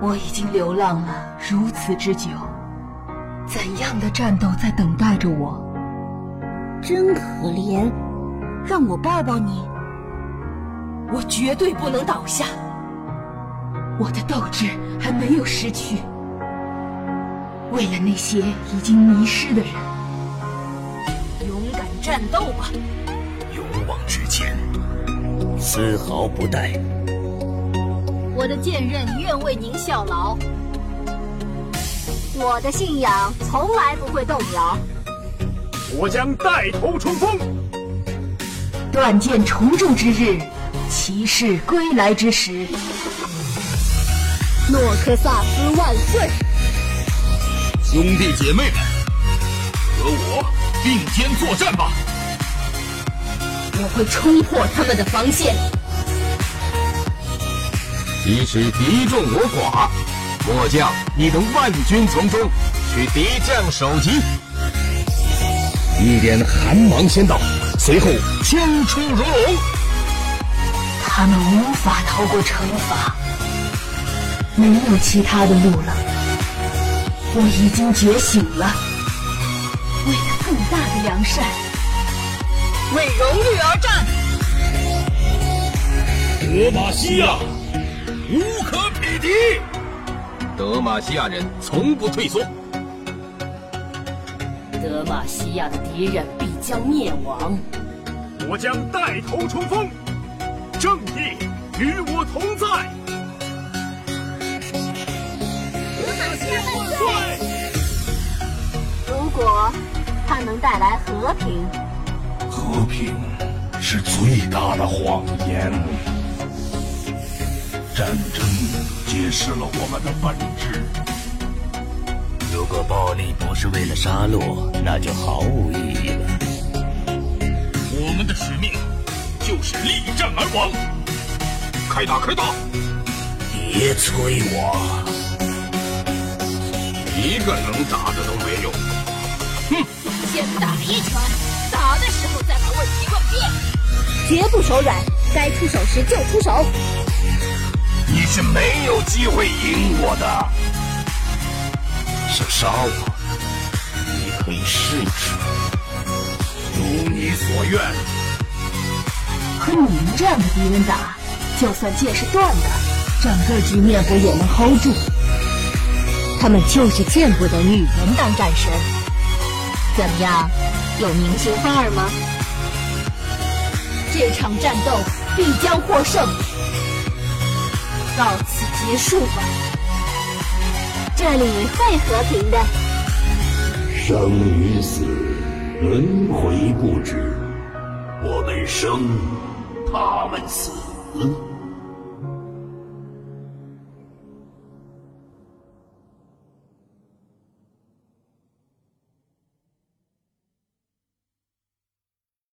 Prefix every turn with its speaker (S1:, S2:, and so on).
S1: 我已经流浪了如此之久，怎样的战斗在等待着我？
S2: 真可怜，让我抱抱你。
S1: 我绝对不能倒下，我的斗志还没有失去。为了那些已经迷失的人，勇敢战斗吧！
S3: 勇往直前，丝毫不怠。
S4: 我的剑刃愿为您效劳，
S2: 我的信仰从来不会动摇。
S3: 我将带头冲锋。
S1: 断剑重铸之日，骑士归来之时，
S2: 诺克萨斯万岁！
S3: 兄弟姐妹们，和我并肩作战吧！
S1: 我会冲破他们的防线。
S3: 即使敌众我寡，末将亦能万军丛中，取敌将首级。一点寒芒先到，随后枪出如龙。
S1: 他们无法逃过惩罚，没有其他的路了。我已经觉醒了，为了更大的良善，为荣誉而战。
S3: 德玛西亚，无可匹敌。德玛西亚人从不退缩。
S1: 德玛西亚的敌人必将灭亡。
S3: 我将带头冲锋，正义与我同在。
S2: 如果它能带来和平，
S3: 和平是最大的谎言。战争揭示了我们的本质。如果暴力不是为了杀戮，那就毫无意义了。我们的使命就是力战而亡。开打，开打！别催我，一个能打的都没有。
S4: 先打一拳，打的时候再把问题问遍。
S2: 绝不手软，该出手时就出手。
S3: 你是没有机会赢我的。想杀我，你可以试一试。如你所愿，
S1: 和你们这样的敌人打，就算剑是断的，整个局面我也能 hold 住。
S2: 他们就是见不得女人。
S1: 能当战神，
S2: 怎么样，有明星范儿吗？
S4: 这场战斗必将获胜，到此结束吧。
S2: 这里会和平的。
S5: 生与死，轮回不止。我们生，他们死。